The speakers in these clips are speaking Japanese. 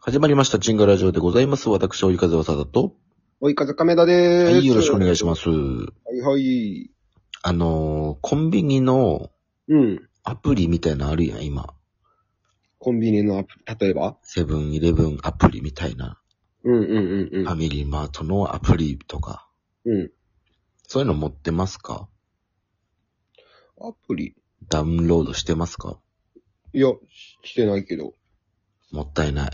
始まりました、チンガラジオでございます。私、追い風わさだと。追い風亀田ではーす。。い、よろしくお願いしますす。はいはい。あのー、コンビニのうん。アプリみたいなのあるやん、今。コンビニのアプリ、例えばセブンイレブンアプリみたいな。うんうんうんうんファ。ミリーマートのアプリとか。うん。そういうの持ってますかアプリダウンロードしてますかいや、ししてないけど。もったい ない。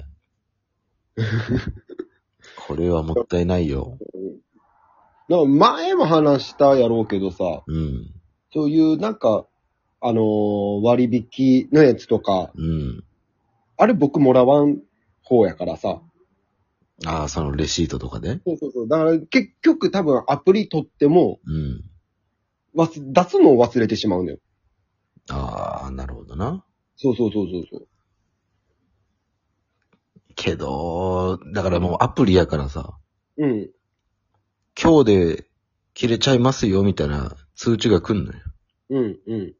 これはもったいないよ。な前も話したやろうけどさ、うん。そういうなんか、あのー割引のやつとか、うん。あれ僕もらわん方やからさ。ああ、そのレシートとかでそうそうそう。だから結局多分アプリ取っても、うん。わす出すのを忘れてしまうのよ。ああ、なるほどな。そうそうそうそうそう。けど、だからもうアプリやからさ、うん。今日で切れちゃいますよみたいな通知が来んのよ。うんうん。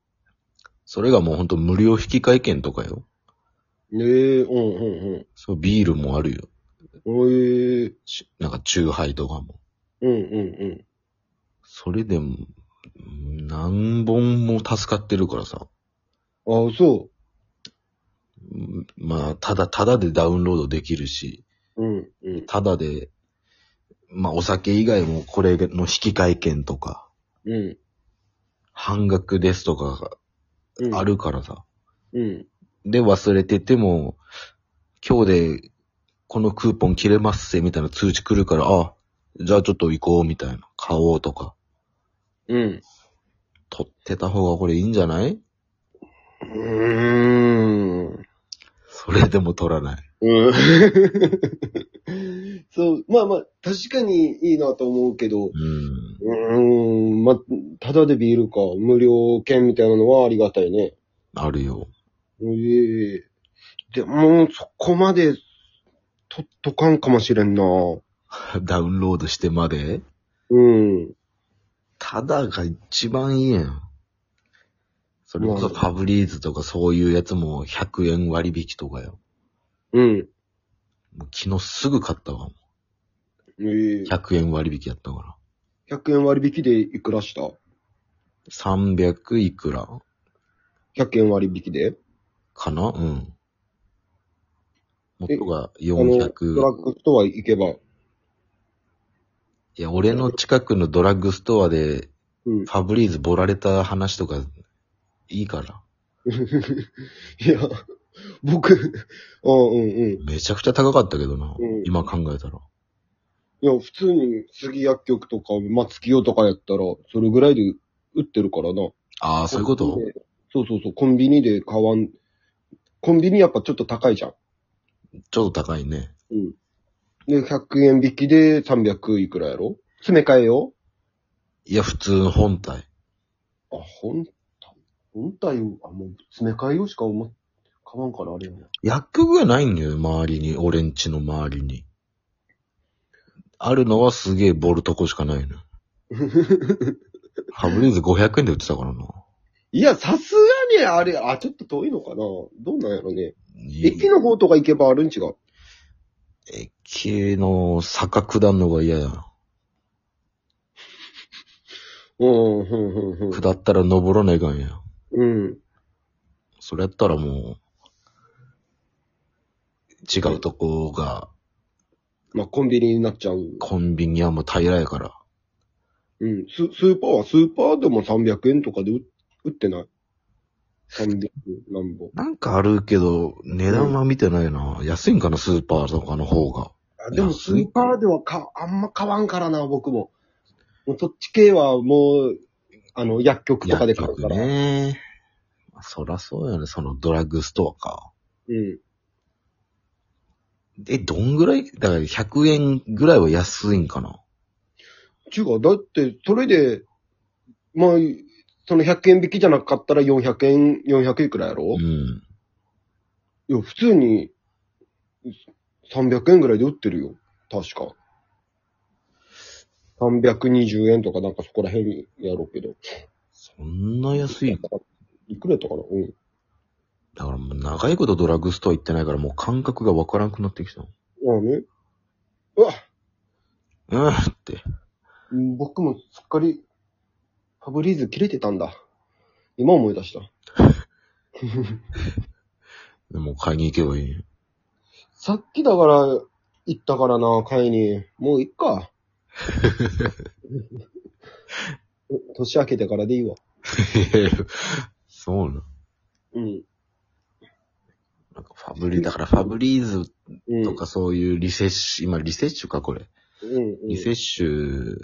それがもうほんと無料引換券とかよ。ねえ、うんうんうん。そう、ビールもあるよ。おえー、しなんか、チューハイとかも。うんうんそれでも、うん何本も助かってるからさ。うん。ああ、そうんまあ、ただ、ただでダウンロードできるし、う。うんうん。ただで、まあ、お酒以外もこれの引換券とか、う半額ですとかん。うん、があ。るからさ。うん。で忘れてても、今日でこのクーポン切れますせみたいな通知来るから、あ、じゃあちょっと行こうみたいな、買おうとか、うん。取ってた方がこれいいんじゃないうーん。それでも取らない。うん。 そう、まあまあ、確かにいいなと思うけど、うん。うーん、まあ、ただでビールか、無料券みたいなのはありがたいね。あるよ。ええでも、そこまで、とっとかんかもしれんな。ダウンロードしてまで。うん。ただが一番いいやん。それこそうんファブリーズとかそういうやつも100円割引とかよ。うん。もう昨日すぐ買ったわ。ええ100円割引やったから。 100円割引でいくらした300いくら ?100 円割引でかなうん。もっえとがあの、ドラッ400。グストア行けば。いや、俺の近くのドラッグストアで、うんフ。ァブリーズボられた話とか、いいから。いや、僕、あうんうん。めちゃくちゃ高かったけどな。うん今考えたら。いや、普通に杉薬局とか松清とかやったら、それぐらいで売ってるからな。ああ、そういうことコンビニでそうそうそう、コンビニで買わん。コンビニやっぱちょっと高いじゃん。ちょっと高いね。で、100円引きで300いくらやろ詰め替えよいや、普通の本体。うあ、本体、本体を、あ、もう詰め替えようしか思っ、買わんからあれやな。薬局がないんだよ、周りに。俺んちの周りに。あるのはすげえボルとこしか ないの。ファブリーズ500円で売ってたからな。いや、さすがにあれ、あ、ちょっと遠いのかなどうなんやろね。いい駅の方とか行けばあるん違う駅の坂下んのが嫌や。うん、うん、うん、下ったら登らないかんや。うん。うん。それやったらもう、違うとこが、まあ、コンビニになっちゃう。コンビニはもう平らやから。うん。ススーパーはスーパーでも300円とかで売売ってない。300何本。なんかあるけど、値段は見てないな。安いんかな、スーパーとかの方が。あでもス安いーパーではか、あんま買わんからな、僕も。もうそっち系はもう、あの、薬局とかで買う薬か局ら。ね。まあそらそうやね、そのドラッグストアか。うん。え、どんぐらいだから100円ぐらいは安いんかな。違う。だって、それで、まあ、その100円引きじゃなかったら400円、400いくらやろうん。いや、普通に、300円ぐらいで売ってるよ。確か。320円とかなんかそこら辺やろうけど。そんな安いいくらやったかなうん。だからもう長いことドラッグストア行ってないからもう感覚がわからんくなってきた。まあね。うわ、うんって。うん僕もすっかり、ファブリーズ切れてたんだ。今思い出した。でも買いに行けばいい。 さっきだから、行ったからな、買いに。もういっか。 年明けてからでいいわ。そうな。うん。なんかファブリー、だからファブリーズうん。とかそういうリセッシュ、今リセッシュかこれ。うん、うん。リセッシュ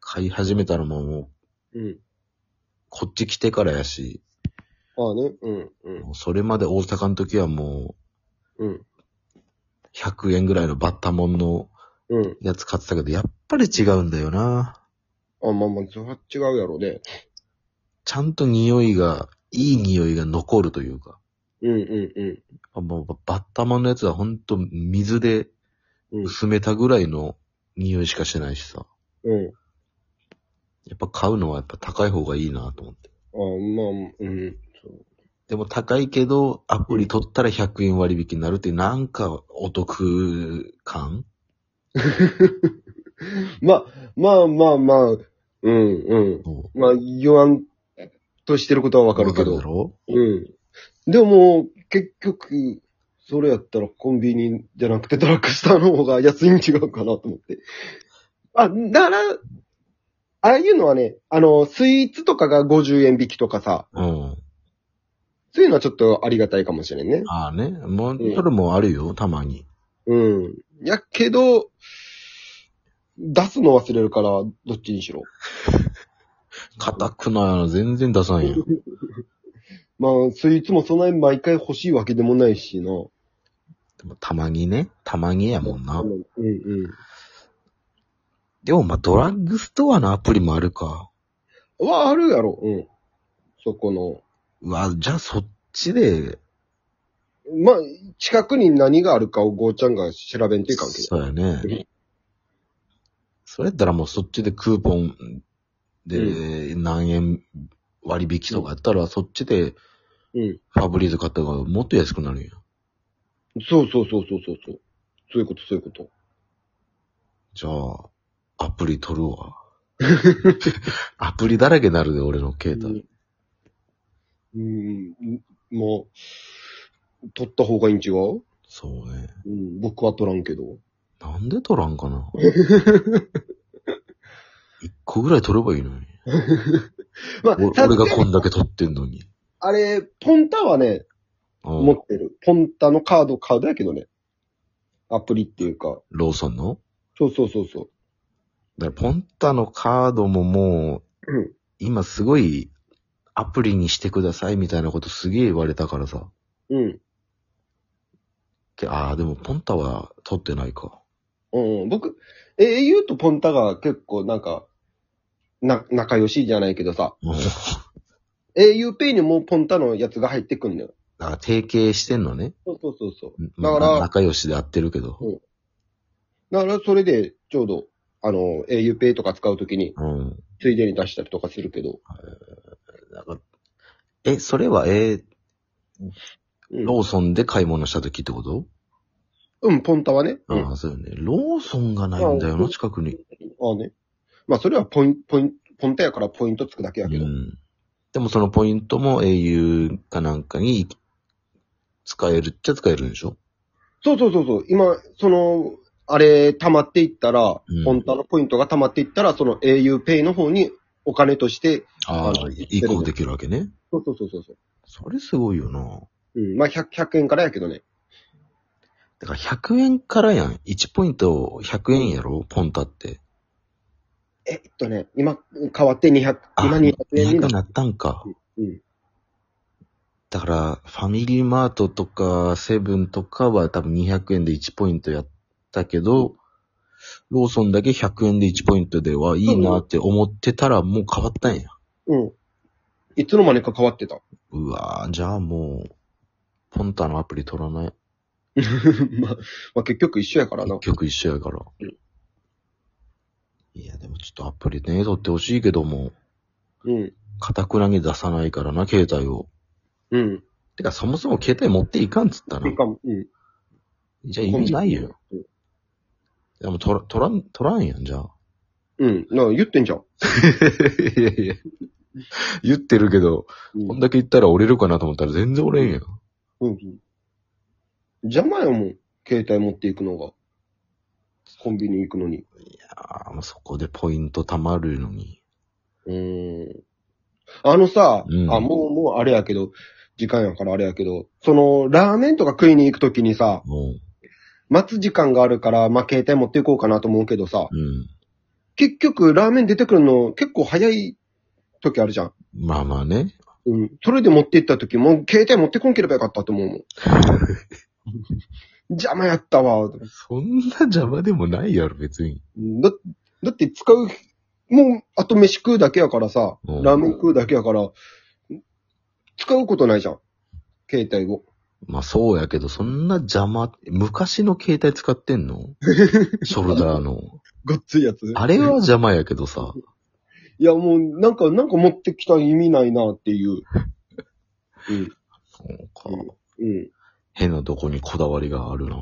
買い始めたのももううん。こっち来てからやし、ああね。うん、うん、もうそれまで大阪の時はもうん、う100円ぐらいのバッタモンのうん。やつ買ってたけど、やっぱり違うんだよな。あ、まあまあ、それは違うやろうね。ちゃんと匂いが、いい匂いが残るというか。うん、うん、うん。あもうバッタマンのやつはほんと水でうん薄めたぐらいの匂いしかしてないしさ。うん。やっぱ買うのはやっぱ高い方がいいなと思って。あまあ、うん。でも高いけど、アプリ取ったら100円割引になるっていう、なんかお得感 まあ、まあまあまあ、うん、うん。わまあ、言わんとしてることはわかるけどだ。ろうん。でももう、結局、それやったらコンビニじゃなくてドラッグスターの方が安いに違うかなと思って。あ、だから、ああいうのはね、あの、スイーツとかが50円引きとかさ、うん。そういうのはちょっとありがたいかもしれんね。ああね。もう、うんそれもあるよ、たまに。うん。やけど、出すの忘れるから、どっちにしろ。硬くないな、全然出さんやん。まあ、スイーツもそんなに毎回欲しいわけでもないしな。でもたまにね、たまにやもんなう。んうん。でもまあドラッグストアのアプリもあるか。は、あるやろ。うん。そこの。うわ、じゃあそっちで、まあ、近くに何があるかをゴーちゃんが調べんといかんけそうやうねん。それやったらもうそっちでクーポンで何円割引とかやったらそっちでど。うん。ファブリーズ買った方がもっと安くなるよ。そうそうそうそうそうそう。そういうこと、そういうこと。じゃあ、アプリ取るわ。 アプリだらけになるで、俺の携帯。うん。うん。まあ、取った方がいいん違うそうね。うん。僕は取らんけど。なんで取らんか な。一個ぐらい取ればいいのに。まあ、おさ俺がこんだけ取ってんのに。あれ、ポンタはね、うん持ってる。ポンタのカード、カードやけどね。アプリっていうか。ローソンのそうそうそうそう。だからポンタのカードももう、うん今すごいアプリにしてくださいみたいなことすげえ言われたからさ。うん。でああ、でもポンタは取ってないか。うんうん、僕、え、言うとポンタが結構なんか、な、仲良しじゃないけどさ、もう、 auPay にもポンタのやつが入ってくんのよ。だから提携してんのね。そうそうそうそう。まあだから仲良しでやってるけど。だからそれで、ちょうど、あの、auPay とか使うときに、うん。ついでに出したりとかするけど。だからえ、それは、えーうん、ローソンで買い物した時ってこと、うん、ポンタはね。うん。あああ、そうよね。ローソンがないんだような、ん近くに。あね。まあ、それはポインポインポンタやからポイントつくだけうやけど。ん。でもそのポイントも au かなんかに使えるっちゃ使えるんでしょそうそうそうそう。今、その、あれ、溜まっていったら、うんポンタのポイントが溜まっていったら、その auPay の方にお金として、あああ、移行できるわけね。そうそうそうそうそう。それすごいよな。うん、まあ100、100円からやけどね。だから100円からやん。1ポイント100円やろポンタって。えっとね、今、変わって200、あ今200円にな200っなったんか。うん。だから、ファミリーマートとか、セブンとかは多分200円で1ポイントやったけど、ローソンだけ100円で1ポイントではいいなって思ってたらもう変わったんや。うん。いつの間にか変わってた。 うわぁ、じゃあもう、ポンタのアプリ取らない。まあ、まあ結局一緒やからな結。局一緒やからう。いや、でもちょっとアプリね、取ってほしいけども。うん。かたくなに出さないからな、携帯を。うん。てか、そもそも携帯持っていかんっつったなて。かも、うん。じゃあ意味ないよ。でも、とら、とらん、とらんやん、じゃあ。うん。な、言ってんじゃん。 いやいや。言ってるけど、うんこんだけ言ったら折れるかなと思ったら全然折れんやん。うん。邪魔やもん。携帯持っていくのが。コンビニ行くのに。あーもうそこでポイント貯まるのに。うーん。あのさ、うんあ、もう、もうあれやけど、時間やからあれやけど、その、ラーメンとか食いに行くときにさ、も待つ時間があるから、まあ、携帯持っていこうかなと思うけどさ、う、うん。結局、ラーメン出てくるの結構早い時あるじゃん。まあまあね。うん。それで持って行った時も、携帯持ってこんければよかったと思う もん。邪魔やったわ。そんな邪魔でもないやろ、別に。だ、だって使う、もう、あと飯食うだけやからさ、うんラーメン食うだけやから、使うことないじゃん。携帯を。まあそうやけど、そんな邪魔、昔の携帯使って んのショルダーの。ごっついやつ。あれは邪魔やけどさ。いや、もう、なんか、なんか持ってきた意味ないなっていう。うん。そうか。うん。変なとこにこだわりがあるな。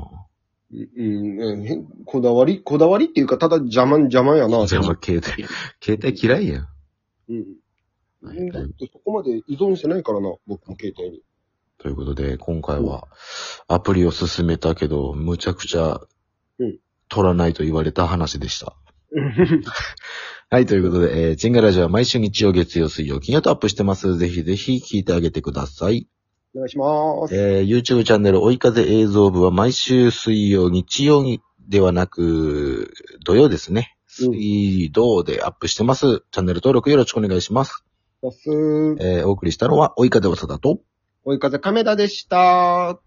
うんうん、へんこだわり、こだわりっていうか、ただ邪魔、邪魔やな。邪魔、携帯。携帯嫌いやん。うん。だってそこまで依存してないからな、僕も携帯に。ということで、今回は、アプリを進めたけど、むちゃくちゃうん、取らないと言われた話で した。はい、ということで、えー、チンガラジオは毎週日曜、月曜、水曜、金曜とアップしてます。ぜひぜひ聞いてあげてください。お願いします。えー、YouTube チャンネル、追い風映像部は毎週水曜、日曜にではなく、土曜ですね。うん水道でアップしてます。チャンネル登録よろしくお願いします。おすえー、お送りしたのは、追い風長田と、追い風亀田でした。